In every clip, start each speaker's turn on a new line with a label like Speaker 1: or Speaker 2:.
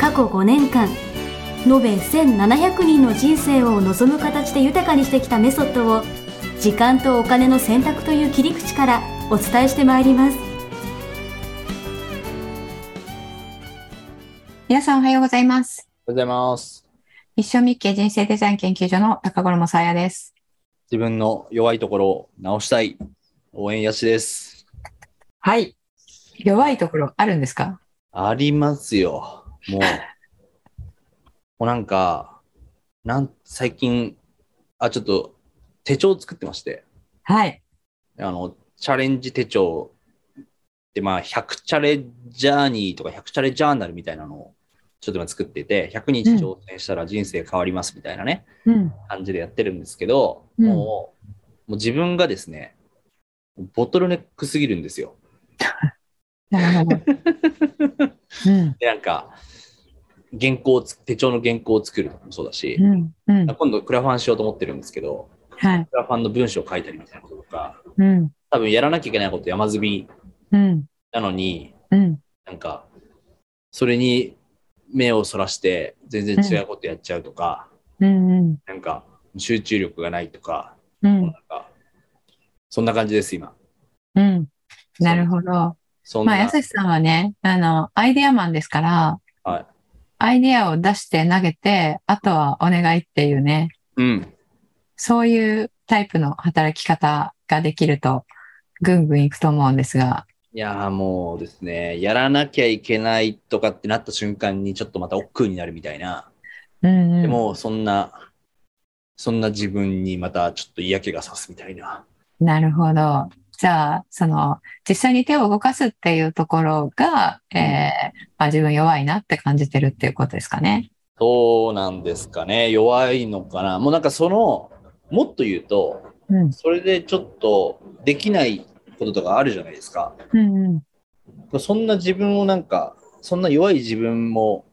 Speaker 1: 過去5年間延べ1700人の人生を望む形で豊かにしてきたメソッドを時間とお金の選択という切り口からお伝えしてまいります
Speaker 2: 皆さんおはようございます。
Speaker 3: おはようございます。
Speaker 2: 一生日経人生デザイン研究所の高頃もさやです。
Speaker 3: 自分の弱いところを直したい。応援やしです。
Speaker 2: はい。弱いところあるんですか
Speaker 3: ありますよ。もう。 もうなんか、なん、最近、あ、ちょっと手帳を作ってまして、
Speaker 2: はい。
Speaker 3: あの、チャレンジ手帳で、まあ、100チャレジャーニーとか100チャレジャーナルみたいなのをちょっと今作ってて、100日挑戦したら人生変わりますみたいなね。
Speaker 2: うん。
Speaker 3: 感じでやってるんですけど、
Speaker 2: うん
Speaker 3: もうもう自分がですね、ボトルネックすぎるんですよ。
Speaker 2: なるほど。うん。
Speaker 3: で、なんか、原稿をつ手帳の原稿を作るのもそうだし、
Speaker 2: うん。うん。
Speaker 3: 今度クラファンしようと思ってるんですけど、
Speaker 2: はい。
Speaker 3: クラファンの文章を書いたりみたいなこととか、
Speaker 2: うん。
Speaker 3: 多分やらなきゃいけないこと山積み
Speaker 2: うん。
Speaker 3: なのに、
Speaker 2: うん。
Speaker 3: なんか、それに目をそらして全然違うことやっちゃうとか、
Speaker 2: うん。
Speaker 3: なんか集中力がないとか、
Speaker 2: う。
Speaker 3: もうんなんか、そんな感じです、今。
Speaker 2: うん。なるほど。
Speaker 3: そん
Speaker 2: ま
Speaker 3: な、
Speaker 2: あ、やすしさんはね、あの、アイデアマンですから、
Speaker 3: はい。
Speaker 2: アイデアを出して投げて、あとはお願いっていうね、
Speaker 3: うん。
Speaker 2: そういうタイプの働き方ができると、ぐんぐんいくと思うんですが、
Speaker 3: いやーもうですね、やらなきゃいけないとかってなった瞬間にちょっとまた億劫になるみたいな。
Speaker 2: うん、うん。
Speaker 3: でもそんな、そんな自分にまたちょっと嫌気がさすみたいな。
Speaker 2: なるほど。じゃあ、その、実際に手を動かすっていうところが、えーまあ、自分弱いなって感じてるっていうことですかね。
Speaker 3: そうなんですかね。弱いのかな。もうなんかその、もっと言うと、
Speaker 2: うん。
Speaker 3: それでちょっとできないこととかあるじゃないですか。
Speaker 2: うん、うん。
Speaker 3: そんな自分をなんか、そんな弱い自分も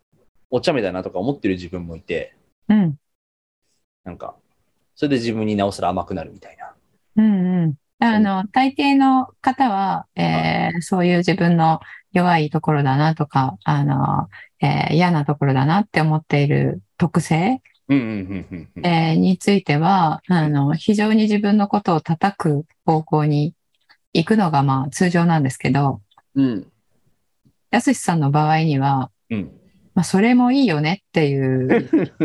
Speaker 3: お茶目だなとか思ってる自分もいて、
Speaker 2: うん。
Speaker 3: なんか、それで自分になおさら甘くなるみたいな。
Speaker 2: うん、うん。あの、大抵の方は、えーそういう自分の弱いところだなとか、あの、えー嫌なところだなって思っている特性、
Speaker 3: うんうんうんうんうん。
Speaker 2: えーについては、あの、非常に自分のことを叩く方向に行くのが、まあ、通常なんですけど、
Speaker 3: うん。
Speaker 2: やすしさんの場合には、
Speaker 3: うん。
Speaker 2: まあ、それもいいよねって いう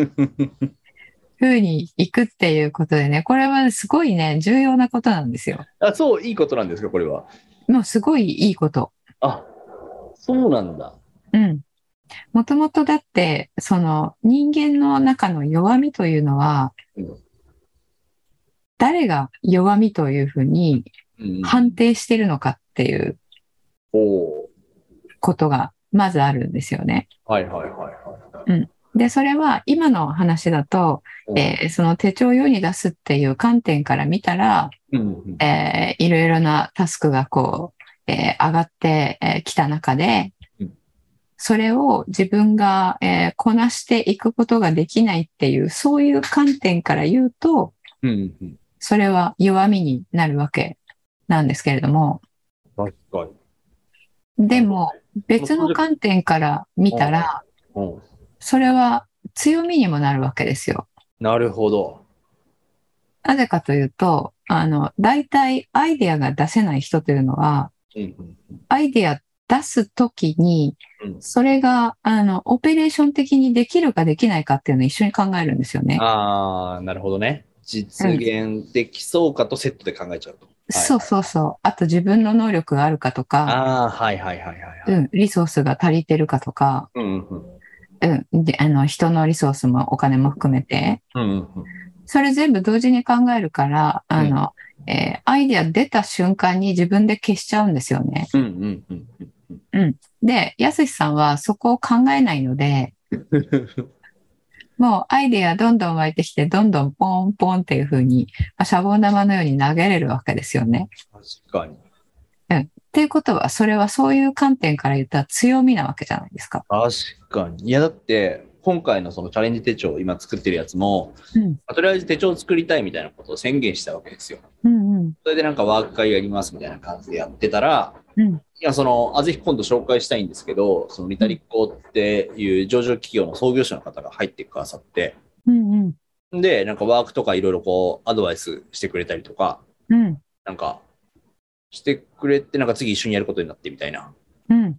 Speaker 2: 風に行くっていうことでね、これはすごいね、重要なことなんですよ。
Speaker 3: あ、そう、いいことなんですか、これは。
Speaker 2: もうすごいいいこと。
Speaker 3: あ、そうなんだ。
Speaker 2: うん。もともとだって、その人間の中の弱みというのは
Speaker 3: うん、
Speaker 2: 誰が弱みというふうに
Speaker 3: うん
Speaker 2: 判定してるのかっていう
Speaker 3: おー
Speaker 2: ことがまずあるんですよね。
Speaker 3: はいはいはいは
Speaker 2: で、それは今の話だと、
Speaker 3: い。
Speaker 2: えーその手帳を世に出すっていう観点から見たら、
Speaker 3: うんうん
Speaker 2: えーいろいろなタスクがこう、えー上がってえーきた中で
Speaker 3: うん、
Speaker 2: それを自分が、えーこなしていくことができないっていう、そういう観点から言うと、
Speaker 3: うんうん。
Speaker 2: それは弱みになるわけなんですけれども、
Speaker 3: 確かに。
Speaker 2: でも別の観点から見たら、
Speaker 3: うん。
Speaker 2: それは強みにもなるわけですよ。
Speaker 3: なるほど。
Speaker 2: なぜかというと、あの、大体アイデアが出せない人というのは、
Speaker 3: うんうん
Speaker 2: アイデア出すときに
Speaker 3: う、ん
Speaker 2: それが、あの、オペレーション的にできるかできないかっていうのを一緒に考えるんですよね。
Speaker 3: ああ、なるほどね。実現できそうかとセットで考えちゃうと。
Speaker 2: そうそうそう。あと自分の能力があるかとか、
Speaker 3: ああ、はいはいはいはい。
Speaker 2: う
Speaker 3: はい
Speaker 2: ん、リソースが足りてるかとか、
Speaker 3: うんうん
Speaker 2: うん、で、あの、人のリソースもお金も含めて、
Speaker 3: うんうんうん
Speaker 2: それ全部同時に考えるから、あの、えーアイデア出た瞬間に自分で消しちゃうんですよね。
Speaker 3: うんうんうんうん
Speaker 2: で、やすしさんはそこを考えないので、もうアイデアどんどん湧いてきて、どんどんポンポンっていう風に、まあ、シャボン玉のように投げれるわけですよね。
Speaker 3: 確かに。
Speaker 2: っていうことは、それはそういう観点から言ったら強みなわけじゃないですか。
Speaker 3: 確かに。いや、だって、今回のそのチャレンジ手帳、今作ってるやつも、
Speaker 2: うん。
Speaker 3: まあとりあえず手帳を作りたいみたいなことを宣言したわけですよ。
Speaker 2: うんうん。
Speaker 3: それでなんかワーク会やりますみたいな感じでやってたら、
Speaker 2: うん
Speaker 3: いや、その、あぜひ今度紹介したいんですけど、そのリタリッコっていう上場企業の創業者の方が入ってくださって、
Speaker 2: うんうん。
Speaker 3: で、なんかワークとかいろいろこう、アドバイスしてくれたりとか、
Speaker 2: うん。
Speaker 3: なんか、してくれて、なんか次一緒にやることになってみたいな。
Speaker 2: うん。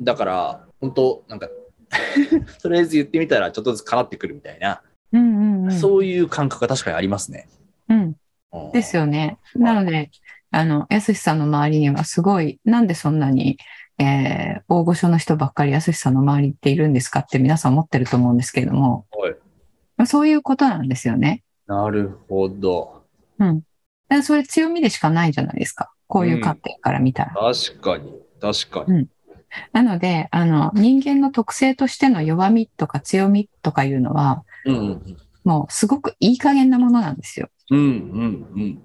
Speaker 3: だから、本当なんか、 とりあえず言ってみたらちょっとずつ叶ってくるみたいな、
Speaker 2: うん。うん。
Speaker 3: そういう感覚が確かにありますね。
Speaker 2: うん。
Speaker 3: うん
Speaker 2: ですよね。なので、あの、やすしさんの周りにはすごい、なんでそんなに、えー大御所の人ばっかりやすしさんの周りっているんですかって皆さん思ってると思うんですけれども、
Speaker 3: はい
Speaker 2: まあそういうことなんですよね。
Speaker 3: なるほど。
Speaker 2: だからそれ強みでしかないじゃないですか。こういう観点から見たら。
Speaker 3: 確かに、確か
Speaker 2: うんなので、あの、人間の特性としての弱みとか強みとかいうのは、
Speaker 3: に。うん、うん、
Speaker 2: もうすごくいい加減なものなんですよ。
Speaker 3: うん、うん、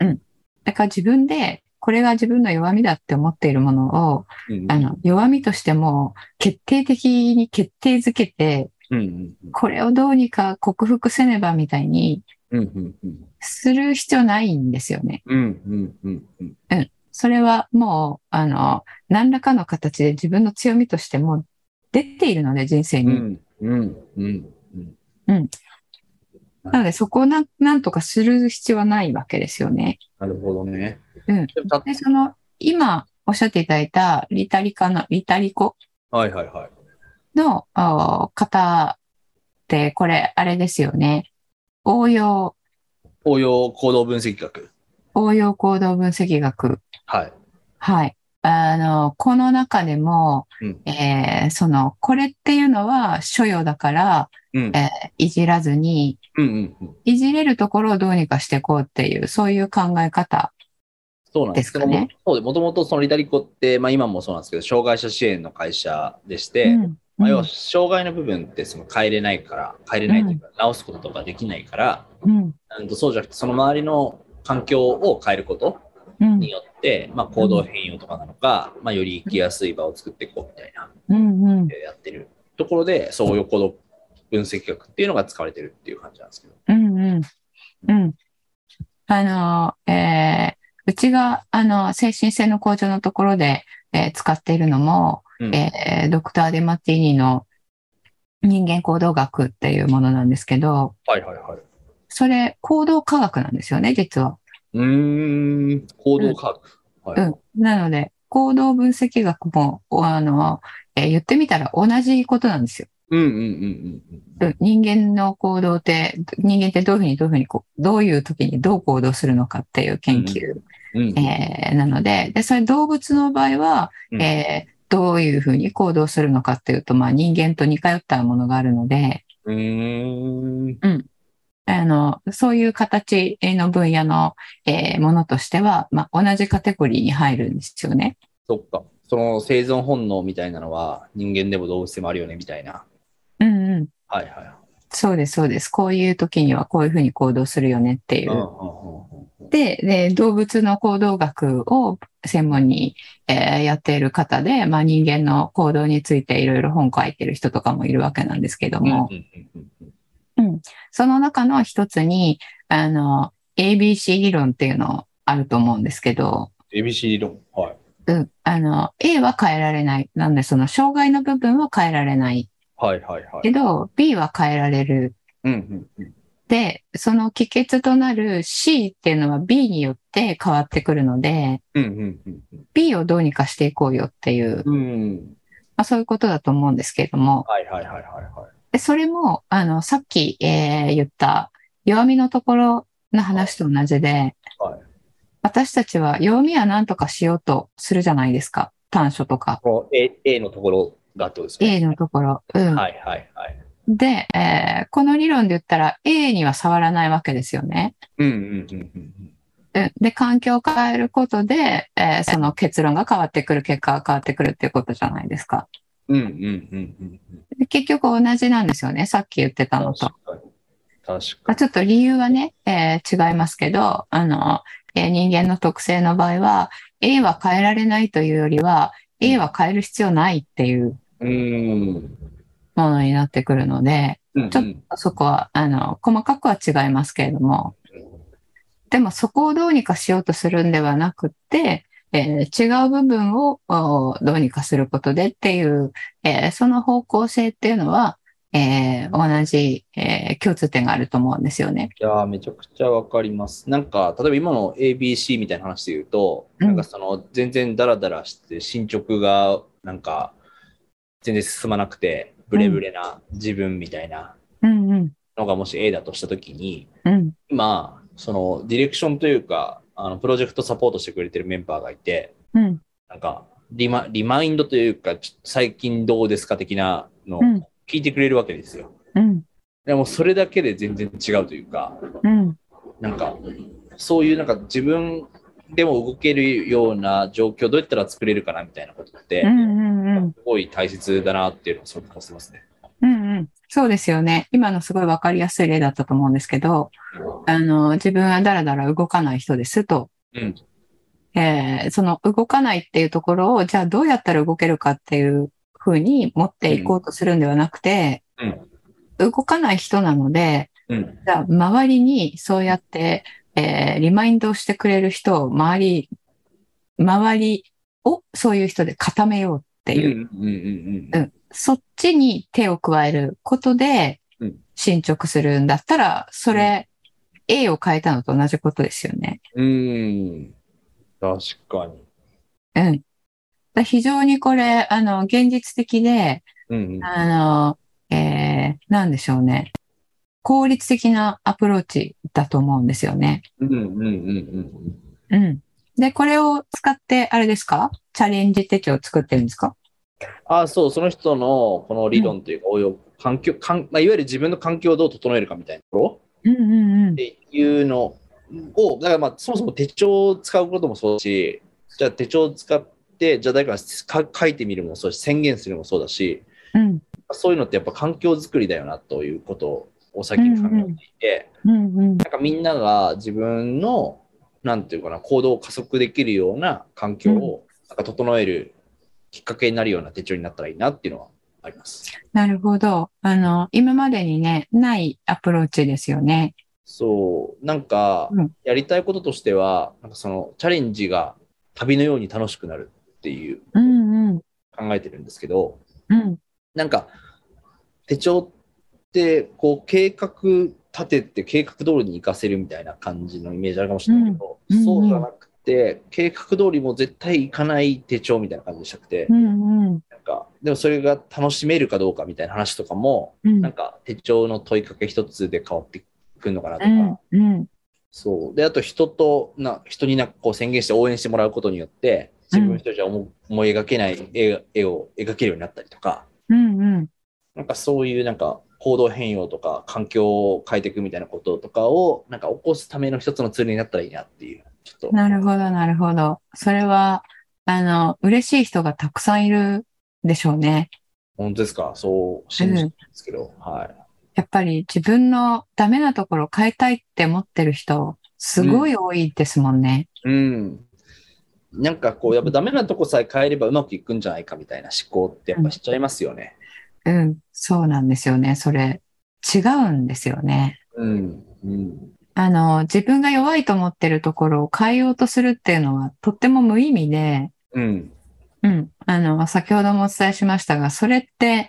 Speaker 3: うん、
Speaker 2: だから自分で、これが自分の弱みだって思っているものを、
Speaker 3: うん。
Speaker 2: あの、弱みとしても決定的に決定づけて、
Speaker 3: うん、うん、
Speaker 2: これをどうにか克服せねばみたいに
Speaker 3: うん、うん、うん、
Speaker 2: する必要ないんですよね。
Speaker 3: うん、うん、うん、うん。
Speaker 2: それはもう、あの、何らかの形で自分の強みとしてもう出ているので、人生
Speaker 3: う
Speaker 2: に。
Speaker 3: ん、うん、うん、うん。
Speaker 2: なので、そこをなんなんとかする必要はないわけですよね。
Speaker 3: なるほどね。
Speaker 2: うん。
Speaker 3: でもた
Speaker 2: で、その、今おっしゃっていただいたリタリカの、リタリコ
Speaker 3: はい、はい、はい。
Speaker 2: のあー方って、これ、あれですよね。応用
Speaker 3: 応用行動分析学。
Speaker 2: 応用行動分析学。
Speaker 3: はい。
Speaker 2: はい。あの、この中でも、
Speaker 3: うん
Speaker 2: えーその、これっていうのは所要だから
Speaker 3: うん、
Speaker 2: いじらずに、
Speaker 3: うん、うん、うん。
Speaker 2: いじれるところをどうにかしていこうっていう、そういう考え方。
Speaker 3: そうなんです
Speaker 2: ですかね。
Speaker 3: そのそうで、もともとそのリタリコって、まあ今もそうなんですけど、障害者支援の会社でして、
Speaker 2: うん
Speaker 3: まあ、要は障害の部分ってその変えれないから、変えれないというか、直すこととかできないから、
Speaker 2: うん
Speaker 3: うんとそうじゃなくて、その周りの環境を変えること
Speaker 2: うん
Speaker 3: によって、まあ行動変容とかなのか、まあより生きやすい場を作っていこうみたいな、
Speaker 2: うんうん
Speaker 3: えーやってるところで、そういう行動分析学っていうのが使われてるっていう感じなんですけど。
Speaker 2: うんうんうんあの、えーうちが、あの、精神性の向上のところで、えー使っているのも、
Speaker 3: うん
Speaker 2: えードクター・デマティーニの人間行動学っていうものなんですけど、
Speaker 3: はいはいはい。
Speaker 2: それ、行動科学なんですよね、実は。
Speaker 3: うーん、行動科学。はい。
Speaker 2: うん。なので、行動分析学も、おあの、えー言ってみたら同じことなんですよ。
Speaker 3: うんうんうんうん
Speaker 2: うん人間の行動って、人間ってどういうふうにどういうふうにこう、どういう時にどう行動するのかっていう研究
Speaker 3: うん。うん
Speaker 2: えーなので、で、それ動物の場合は、
Speaker 3: うん
Speaker 2: えーどういうふうに行動するのかっていうと、まあ人間と似通ったものがあるので、
Speaker 3: うーん。
Speaker 2: あの、そういう形の分野の、えーものとしては、まあ同じカテゴリーに入るんですよね。
Speaker 3: そっか。その生存本能みたいなのは人間でも動物でもあるよねみたいな。
Speaker 2: うんうん。
Speaker 3: はいはいはい。
Speaker 2: そうです、そうです。こういう時にはこういうふうに行動するよねっていうう。
Speaker 3: んうんうんうん
Speaker 2: で、で、動物の行動学を専門に、えーやっている方で、まあ人間の行動についていろいろ本書いてる人とかもいるわけなんですけど
Speaker 3: うんうん
Speaker 2: も、
Speaker 3: うんうん
Speaker 2: その中の一つに、あの、ABC 理論っていうのあると思うんですけど、
Speaker 3: ABC 理論。はい。
Speaker 2: うん、あの、A は変えられない。なんで、その、障害の部分は変えられない。
Speaker 3: はいはいは
Speaker 2: け
Speaker 3: い。
Speaker 2: ど、B は変えられる。
Speaker 3: うんうんうん
Speaker 2: で、その帰結となる C っていうのは B によって変わってくるので、
Speaker 3: うんうん
Speaker 2: B をどうにかしていこうよっていう、
Speaker 3: うんうん。
Speaker 2: まあ、そういうことだと思うんですけれども、
Speaker 3: はいはいはいはいはい。
Speaker 2: でそれも、あの、さっき、えー言った弱みのところの話と同じで、
Speaker 3: はい
Speaker 2: 私たちは弱みは何とかしようとするじゃないですか。短所とか、
Speaker 3: この A, A のところがってことですね。
Speaker 2: A のところ。うん
Speaker 3: はいはいはい。
Speaker 2: で、えーこの理論で言ったら A には触らないわけですよね。
Speaker 3: うんうんうんうん
Speaker 2: うんで、環境を変えることで、えーその結論が変わってくる、結果が変わってくるっていうことじゃないですか。
Speaker 3: うんうんうんうんうん。
Speaker 2: で結局同じなんですよね。さっき言ってたのと。
Speaker 3: 確かに。確
Speaker 2: ま
Speaker 3: か
Speaker 2: あ、ちょっと理由はね、えー違いますけど、あの、えー人間の特性の場合は、A は変えられないというよりは、A は変える必要ないっていう
Speaker 3: に。うん。
Speaker 2: ものになってくるので、
Speaker 3: うん
Speaker 2: ちょっそこは、あの、細かくは違いますけれども、でもそこをどうにかしようとするんではなくって、えー違う部分をおどうにかすることでっていう、えーその方向性っていうのは、えー同じ、えー共通点があると思うんですよね。
Speaker 3: いやーめちゃくちゃわかります。なんか、例えば今の ABC みたいな話で言うと、
Speaker 2: うん
Speaker 3: なんかその、全然ダラダラして、進捗が、なんか、全然進まなくて、ブレブレな自分みたいな
Speaker 2: うんうん。
Speaker 3: のがもし A だとしたときに、
Speaker 2: うん。
Speaker 3: 今、その、ディレクションというか、あの、プロジェクトサポートしてくれてるメンバーがいて、
Speaker 2: うん。
Speaker 3: なんか、リマリマインドというか、ちょっと最近どうですか的なのを
Speaker 2: うん
Speaker 3: 聞いてくれるわけですよ。
Speaker 2: うん。
Speaker 3: でもそれだけで全然違うというか、
Speaker 2: うん。
Speaker 3: なんか、そういうなんか自分でも動けるような状況、どうやったら作れるかなみたいなことって、
Speaker 2: うん。うん。うん
Speaker 3: すごい大切だなっていうのをすごく感じてますね。
Speaker 2: うんうん。そうですよね。今のすごいわかりやすい例だったと思うんですけど、あの、自分はだらだら動かない人ですと。
Speaker 3: うん
Speaker 2: えーその動かないっていうところを、じゃあどうやったら動けるかっていうふうに持っていこうとするんではなくて、
Speaker 3: うん
Speaker 2: 動かない人なので、
Speaker 3: うん。
Speaker 2: じゃあ周りにそうやって、えーリマインドをしてくれる人を周り、周りをそういう人で固めようって
Speaker 3: うん
Speaker 2: いうう。
Speaker 3: んうん
Speaker 2: うんそっちに手を加えることで
Speaker 3: うん
Speaker 2: 進捗するんだったら、それ、A を変えたのと同じことですよね。
Speaker 3: うん。うん。確かに。
Speaker 2: うん。だから非常にこれ、あの、現実的で、
Speaker 3: うん
Speaker 2: あの、えー、なんでしょうね。効率的なアプローチだと思うんですよね。
Speaker 3: うん。うんうんうんうん。
Speaker 2: うん。で、これを使って、あれですかチャレンジ手帳を作ってるんですか
Speaker 3: ああ、そう、その人のこの理論というか応用、環境、かんまあ、いわゆる自分の環境をどう整えるかみたいなところ
Speaker 2: うんうんうん
Speaker 3: っ。ていうのを、だからまあそもそも手帳を使うこともそうだし、じゃあ手帳を使って、じゃあ誰かがか書いてみるのもそうだし、宣言するのもそうだし、
Speaker 2: うん
Speaker 3: そういうのってやっぱ環境づくりだよなということを先に考えていて、
Speaker 2: うんうん。
Speaker 3: なんかみんなが自分の、なんていうかな、行動を加速できるような環境をなんか整えるきっかけになるような手帳になったらいいなっていうのはあります。
Speaker 2: なるほど。あの、今までにね、ないアプローチですよね。
Speaker 3: そう、なんか
Speaker 2: うん、
Speaker 3: やりたいこととしては、なんかそのチャレンジが旅のように楽しくなるっていう
Speaker 2: うんうん。
Speaker 3: 考えてるんですけど、
Speaker 2: うん
Speaker 3: なんか手帳ってこう計画立てて計画通りに活かせるみたいな感じのイメージあるかもしれないけど、
Speaker 2: うんうん
Speaker 3: そうじゃなくて、計画通りも絶対行かない手帳みたいな感じにしたくて、
Speaker 2: うんうん
Speaker 3: なんか、でもそれが楽しめるかどうかみたいな話とかも、
Speaker 2: うん
Speaker 3: なんか手帳の問いかけ一つで変わってくるのかなと
Speaker 2: う
Speaker 3: か、
Speaker 2: んうん
Speaker 3: そう。で、あと人と、な人になんかこう宣言して応援してもらうことによって、自分一人じゃ思,、思い描けない絵が絵を描けるようになったりとか、
Speaker 2: うんうん
Speaker 3: なんかそういうなんか行動変容とか環境を変えていくみたいなこととかをなんか起こすための一つのツールになったらいいなっていう、ちょっと。
Speaker 2: なるほど、なるほど。それは、あの、嬉しい人がたくさんいるでしょうね。
Speaker 3: 本当ですかそう信じてるんですけど、はい。
Speaker 2: やっぱり自分のダメなところを変えたいって思ってる人、すごい多いですもんね。
Speaker 3: うん。なんかこう、やっぱダメなとこさえ変えればうまくいくんじゃないかみたいな思考ってやっぱしちゃいますよね。
Speaker 2: うん、そうなんですよね。それ、違うんですよね。
Speaker 3: うん。うん。
Speaker 2: あの、自分が弱いと思ってるところを変えようとするっていうのはとっても無意味で、
Speaker 3: うん。
Speaker 2: うん。あの、先ほどもお伝えしましたが、それって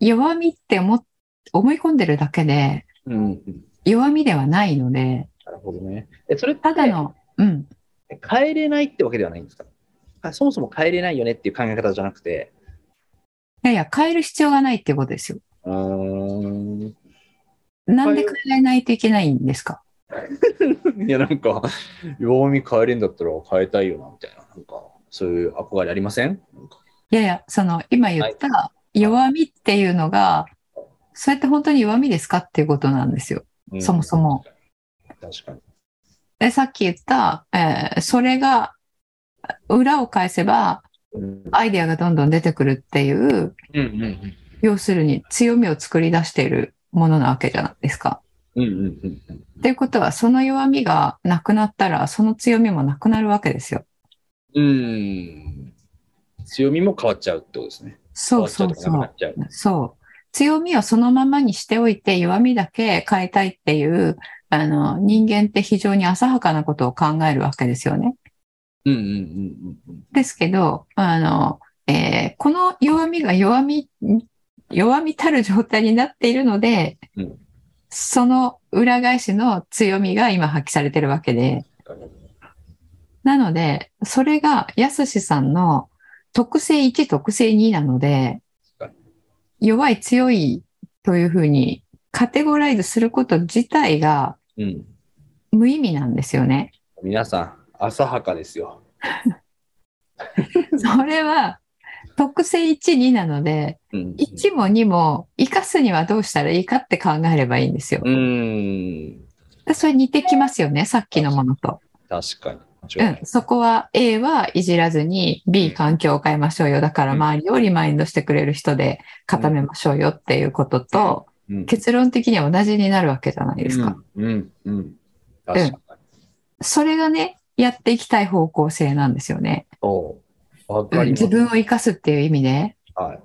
Speaker 2: 弱みって思っ、思い込んでるだけで、
Speaker 3: うん。うん
Speaker 2: 弱みではないので、
Speaker 3: なるほどね。え、それって
Speaker 2: ただの、うん。
Speaker 3: 変えれないってわけではないんですかあそもそも変えれないよねっていう考え方じゃなくて、
Speaker 2: いやいや、変える必要がないっていうことですよ。
Speaker 3: うーん。
Speaker 2: なんで変えないといけないんですか
Speaker 3: いや、なんか、弱み変えれんだったら変えたいよな、みたいな。なんか、そういう憧れありませんなんか
Speaker 2: いやいや、その、今言った弱みっていうのが、それって本当に弱みですかっていうことなんですよ。
Speaker 3: うん
Speaker 2: そもそも。
Speaker 3: 確かに。
Speaker 2: で、さっき言った、えーそれが、裏を返せば、
Speaker 3: うん
Speaker 2: アイデアがどんどん出てくるっていう、
Speaker 3: うん
Speaker 2: 要するに強みを作り出しているものなわけじゃないですか。
Speaker 3: うんうんうんうん
Speaker 2: っていうことは、その弱みがなくなったら、その強みもなくなるわけですよ。
Speaker 3: うん強みも変わっちゃうってことですね。
Speaker 2: そうそう
Speaker 3: 変
Speaker 2: そ
Speaker 3: わ
Speaker 2: う
Speaker 3: っ。ちゃうとかなくなっちゃう。
Speaker 2: そう。強みをそのままにしておいて弱みだけ変えたいっていう、あの、人間って非常に浅はかなことを考えるわけですよね。
Speaker 3: うんうんうんうん
Speaker 2: ですけど、あの、えーこの弱みが弱み、弱みたる状態になっているので、
Speaker 3: うん
Speaker 2: その裏返しの強みが今発揮されてるわけで、
Speaker 3: うん。
Speaker 2: なので、それが、やすしさんの特性1、特性2なので
Speaker 3: 確か、
Speaker 2: 弱い、強いというふうにカテゴライズすること自体が
Speaker 3: うん、
Speaker 2: 無意味なんですよね。
Speaker 3: 皆さん、浅はかですよ。
Speaker 2: それは、特性1、2なので、
Speaker 3: うん
Speaker 2: 1も2も生かすにはどうしたらいいかって考えればいいんですよ
Speaker 3: う。ーん、
Speaker 2: でそれ似てきますよね、さっきのものと。
Speaker 3: 確かに。
Speaker 2: うん、そこは A はいじらずに B 環境を変えましょうよ。だから周りをリマインドしてくれる人で固めましょうよっていうことと、
Speaker 3: うん
Speaker 2: 結論的には同じになるわけじゃないですか。。
Speaker 3: うん、うん、うん。確かに。
Speaker 2: それがね、やっていきたい方向性なんですよね。
Speaker 3: そう。わ
Speaker 2: う
Speaker 3: か
Speaker 2: ん
Speaker 3: ります。
Speaker 2: 自分を生かすっていう意味で、
Speaker 3: はい。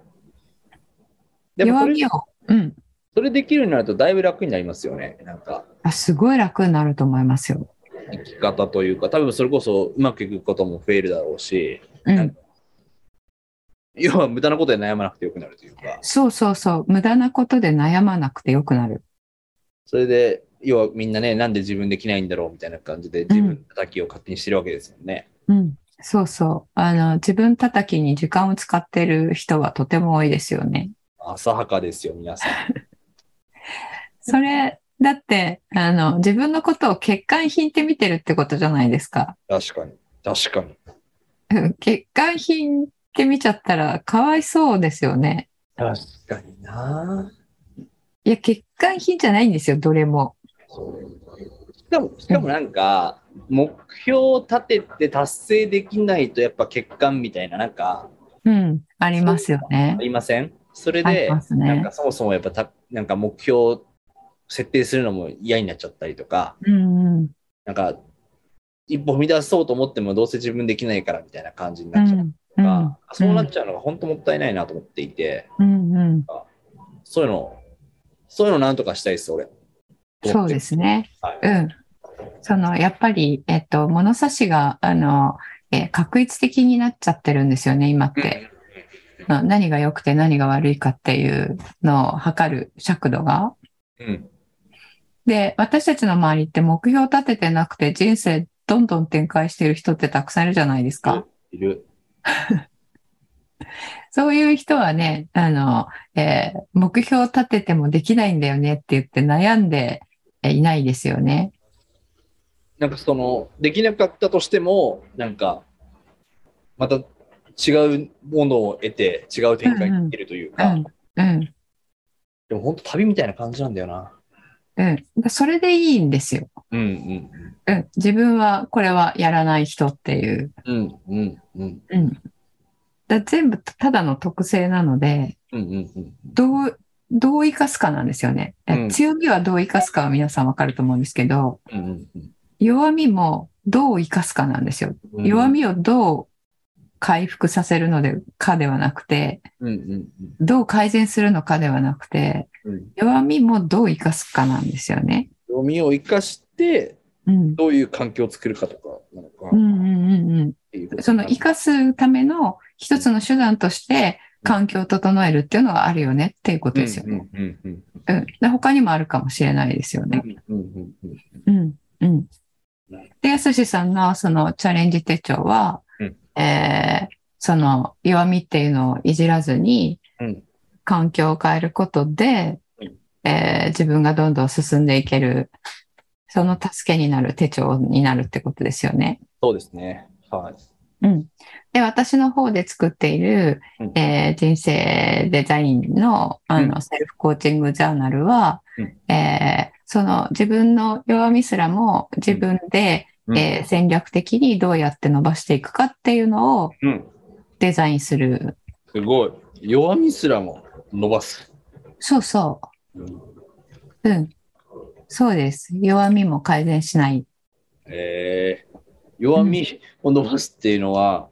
Speaker 3: でも
Speaker 2: 弱
Speaker 3: それ
Speaker 2: みを、うん
Speaker 3: それできるようになるとだいぶ楽になりますよね。なんか、
Speaker 2: あ、すごい楽になると思いますよ。
Speaker 3: 生き方というか、多分それこそうまくいくことも増えるだろうし、
Speaker 2: うん。
Speaker 3: 要は無駄なことで悩まなくてよくなるというか、
Speaker 2: そうそうそう。無駄なことで悩まなくてよくなる。
Speaker 3: それで、要はみんなね、なんで自分できないんだろうみたいな感じで、自分の叩きを勝手にしてるわけですよね。
Speaker 2: うん。そうそう。あの、自分叩きに時間を使ってる人はとても多いですよね。
Speaker 3: 浅はかですよ、皆さん。
Speaker 2: それ、だって、あの、自分のことを血管引いてみてるってことじゃないですか。
Speaker 3: 確かに。確かに。
Speaker 2: うん血管引いてみちゃったらかわいそうですよね。
Speaker 3: 確かにない
Speaker 2: や、血管引いじゃないんですよ、どれも。
Speaker 3: しかも、しかもなんか、目標を立てて達成できないと、やっぱ欠陥みたいな、なんか、
Speaker 2: うん、ありますよね
Speaker 3: あ。りませんそれ
Speaker 2: あり
Speaker 3: で、
Speaker 2: ます
Speaker 3: なん
Speaker 2: ね
Speaker 3: か。そもそもやっぱた、なんか目標を設定するのも嫌になっちゃったりとか、
Speaker 2: うんうん、
Speaker 3: なんか、一歩踏み出そうと思ってもどうせ自分できないからみたいな感じに
Speaker 2: う、
Speaker 3: なっちゃうんとか、
Speaker 2: うん
Speaker 3: そうなっちゃうのが本当もったいないなと思っていて、
Speaker 2: うん、うん。
Speaker 3: そういうの、そういうのなんとかしたいです、俺。
Speaker 2: そうですね。
Speaker 3: はい。
Speaker 2: うん。その、やっぱり、えっと、物差しが、あの、えー、確率的になっちゃってるんですよね、今って。な何が良くて何が悪いかっていうのを測る尺度が。
Speaker 3: うん。
Speaker 2: で、私たちの周りって目標立ててなくて人生どんどん展開してる人ってたくさんいるじゃないですか。
Speaker 3: いる。
Speaker 2: そういう人はね、あの、えー目標立ててもできないんだよねって言って悩んでえーいないですよね。
Speaker 3: なんかその、できなかったとしても、なんか、また違うものを得て、違う展開にいけるという
Speaker 2: う
Speaker 3: か、
Speaker 2: ん、うん、
Speaker 3: でも本当旅みたいな感じなんだよな。
Speaker 2: うん。それでいいんですよ。
Speaker 3: うんうん。
Speaker 2: うん。自分はこれはやらない人っていう。
Speaker 3: うんうんうん。
Speaker 2: うん。だ全部ただの特性なので、
Speaker 3: うんうんうん。
Speaker 2: どう、どう生かすかなんですよね。え
Speaker 3: うん
Speaker 2: 強みはどう生かすかは皆さんわかると思うんですけど、
Speaker 3: うんうんうん
Speaker 2: 弱みもどう生かすかなんですよ。
Speaker 3: うん
Speaker 2: 弱みをどう回復させるのでかではなくて、
Speaker 3: うんうん
Speaker 2: どう改善するのかではなくて、
Speaker 3: うんうん。
Speaker 2: 弱みもどう生かすかなんですよね。
Speaker 3: 弱みを生かして、
Speaker 2: うん。
Speaker 3: どういう環境を作るかとかなのか
Speaker 2: うんう
Speaker 3: っ
Speaker 2: んうんうん。
Speaker 3: ていうこと
Speaker 2: その生かすための一つの手段として、環境を整えるっていうのはあるよねっていうことですよね。
Speaker 3: うんうん
Speaker 2: うん。で他にもあるかもしれないですよね。
Speaker 3: うんうんうん
Speaker 2: うんうん
Speaker 3: なるほ。
Speaker 2: で、やすしさんのそのチャレンジ手帳は、
Speaker 3: うん
Speaker 2: えーその弱みっていうのをいじらずに、
Speaker 3: うん
Speaker 2: 環境を変えることで、
Speaker 3: うん
Speaker 2: えー自分がどんどん進んでいける、その助けになる手帳になるってことですよね。
Speaker 3: そうですね。はい。
Speaker 2: うん。で、私の方で作っている、
Speaker 3: うん
Speaker 2: えー人生デザインのあの、セルフコーチングジャーナルは、えーその自分の弱みすらも自分で、
Speaker 3: うん
Speaker 2: えー戦略的にどうやって伸ばしていくかっていうのを、
Speaker 3: うん。
Speaker 2: デザインする。
Speaker 3: すごい。弱みすらも伸ばす。
Speaker 2: そうそ
Speaker 3: うん
Speaker 2: う。うん。そうです。弱みも改善しない。
Speaker 3: えー弱みを伸ばすっていうのは、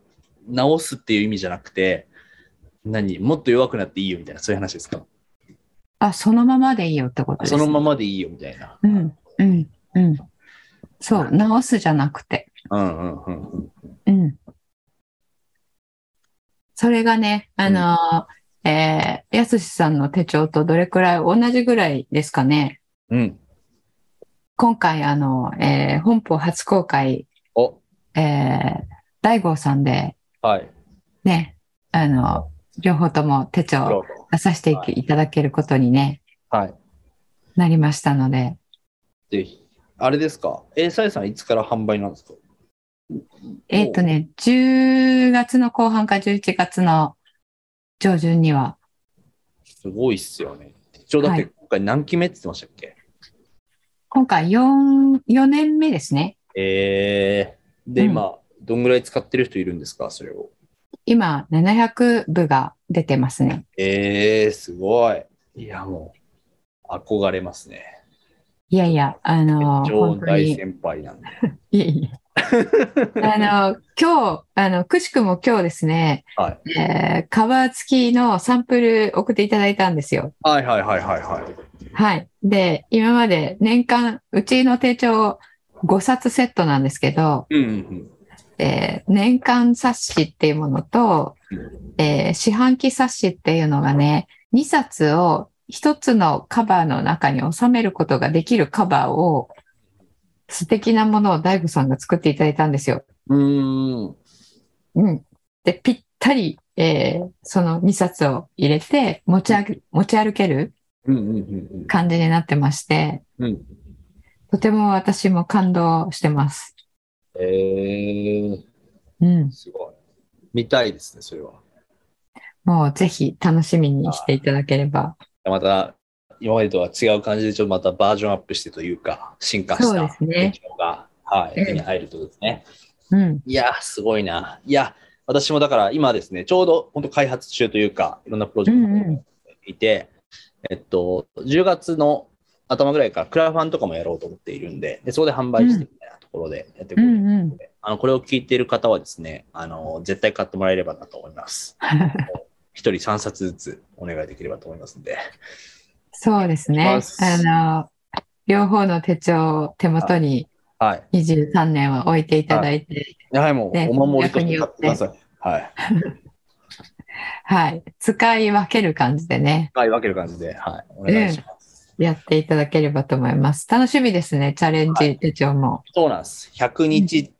Speaker 3: 直すっていう意味じゃなくて、何もっと弱くなっていいよみたいな、そういう話ですか
Speaker 2: あ、そのままでいいよってことです、
Speaker 3: そのままでいいよみたいな。
Speaker 2: うん、うん、うん。そう、直すじゃなくて。
Speaker 3: うんうんうんうん。
Speaker 2: うん。それがね、あのーえー、やすしさんの手帳とどれくらい、同じぐらいですかね。
Speaker 3: うん。
Speaker 2: 今回、あの、えー本邦初公開、
Speaker 3: お、
Speaker 2: えー大郷さんで、
Speaker 3: はい。
Speaker 2: ね、あの、両方とも手帳を出させていきいただけることにね、
Speaker 3: はい。
Speaker 2: なりましたので、
Speaker 3: ぜひ。あれですかえー、さえさんいつから販売なんですか
Speaker 2: えっ、と
Speaker 3: ね。
Speaker 2: ね、10月の後半か11月の上旬には、
Speaker 3: すごいっすよね。手帳だっ
Speaker 2: は
Speaker 3: て今回何期目って言ってましたっけ、
Speaker 2: 今回4、4年目ですね。
Speaker 3: えー、で、
Speaker 2: うん
Speaker 3: 今、どんぐらい使ってる人いるんですかそれを。
Speaker 2: 今、700部が出てますね。
Speaker 3: えー、すごい。いや、もう、憧れますね。
Speaker 2: いやいや、あの、
Speaker 3: 超
Speaker 2: 本当
Speaker 3: 大
Speaker 2: に。
Speaker 3: 先輩なんで。
Speaker 2: いえいえ。あの、今日、あの、くしくも今日ですね、
Speaker 3: は
Speaker 2: えーカバー付きのサンプル送っていただいたんですよ。
Speaker 3: はいはいはいはいはい。
Speaker 2: はい。で、今まで年間、うちの手帳5冊セットなんですけど、
Speaker 3: うんうん
Speaker 2: えー年間冊子っていうものと、えー四半期冊子っていうのがね、2冊を1つのカバーの中に収めることができるカバーを、素敵なものを大悟さんが作っていただいたんですよ。
Speaker 3: うん。うーん。
Speaker 2: うん。で、ぴったり、えーその2冊を入れて持ちあげ持ち歩ける
Speaker 3: うんうんうん
Speaker 2: 感じになってまして、
Speaker 3: うん。うん。
Speaker 2: とても私も感動してます。
Speaker 3: えー、
Speaker 2: うん。
Speaker 3: すごい。見たいですね、それは。
Speaker 2: もうぜひ楽しみにしていただければ。
Speaker 3: また、今までとは違う感じで、ちょっとまたバージョンアップしてというか、進化し
Speaker 2: そう
Speaker 3: た
Speaker 2: ですね
Speaker 3: 手帳が、はい、
Speaker 2: うん
Speaker 3: 手に入るということですね。
Speaker 2: うん。
Speaker 3: いや、すごいな。いや、私もだから今ですね、ちょうど本当開発中というか、いろんなプロジェクト
Speaker 2: うんう
Speaker 3: がいて、えっと、10月の頭ぐらいからクラファンとかもやろうと思っているんで、でそこで販売してみたいなところでやっていこうと思っ
Speaker 2: う
Speaker 3: て
Speaker 2: んうん。
Speaker 3: あのこれを聞いている方はですね、あの絶対買ってもらえればなと思 います。一人3冊ずつお願いできればと思いますんで。
Speaker 2: そうです
Speaker 3: お願
Speaker 2: ね
Speaker 3: いし。ます
Speaker 2: あの、両方の手帳を手元に
Speaker 3: はい。
Speaker 2: 23年は置いていただいて、
Speaker 3: はい、もう
Speaker 2: ね
Speaker 3: お守りとして
Speaker 2: 役によ
Speaker 3: 買
Speaker 2: っ
Speaker 3: っててください。はい。
Speaker 2: はい。使い分ける感じでね、
Speaker 3: はい、分ける感じで、はい。お願いします。
Speaker 2: やっていただければと思います。楽しみですね、チャレンジ手帳も。
Speaker 3: そうなんです。100日、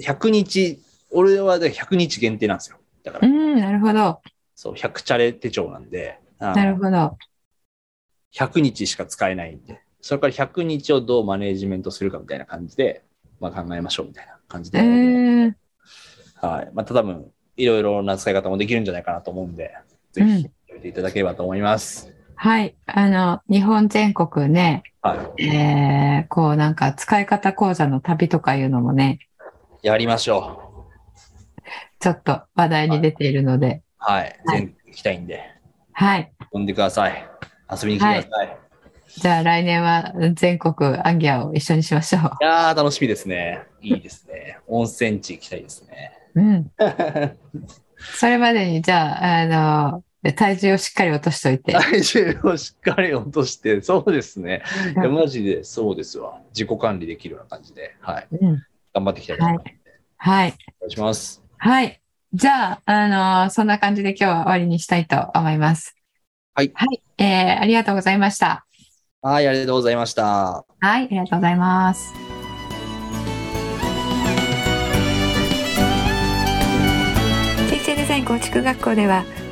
Speaker 3: 100日、俺はね100日限定なんですよ。だから、
Speaker 2: うん、なるほど。
Speaker 3: そう、100チャレ手帳なんで、あ
Speaker 2: なる
Speaker 3: の
Speaker 2: ほど。
Speaker 3: 100日しか使えないんで、それから100日をどうマネージメントするかみたいな感じで、まあ、考えましょうみたいな感じ
Speaker 2: え
Speaker 3: で、
Speaker 2: ー、
Speaker 3: はい。また多分、いろいろな使い方もできるんじゃないかなと思うんで、ぜ
Speaker 2: うん
Speaker 3: ひ、やっていただければと思います。
Speaker 2: はい。あの、日本全国ね、
Speaker 3: は
Speaker 2: えー、こうなんか使い方講座の旅とかいうのもね、
Speaker 3: い。やりましょう。
Speaker 2: ちょっと話題に出ているので、
Speaker 3: はい。
Speaker 2: はい
Speaker 3: 全国行きたいんで、
Speaker 2: はい。
Speaker 3: 飛んでください。遊びに来てください。い、
Speaker 2: じゃあ来年は全国アンギャを一緒にしましょ
Speaker 3: やー、楽しみですね。いいですね。温泉地行きたいですね。
Speaker 2: う。 うん。それまでに、じゃあ、あの、体重をしっかり落としといて。
Speaker 3: 体重をしっかり落として、そうですね。い
Speaker 2: うん
Speaker 3: や、マジでそうですわ。自己管理できるような感じで、はい。
Speaker 2: うん。
Speaker 3: 頑張っていきたいと思います。
Speaker 2: はい。
Speaker 3: お願いします。
Speaker 2: はい。じゃあ、あの、そんな感じで今日は終わりにしたいと思います。
Speaker 3: はい
Speaker 2: はい。えー、ありがとうございました。
Speaker 3: はい、ありがとうございました。
Speaker 2: はい。ありがとうございます。
Speaker 4: 人生デザイン構築学校では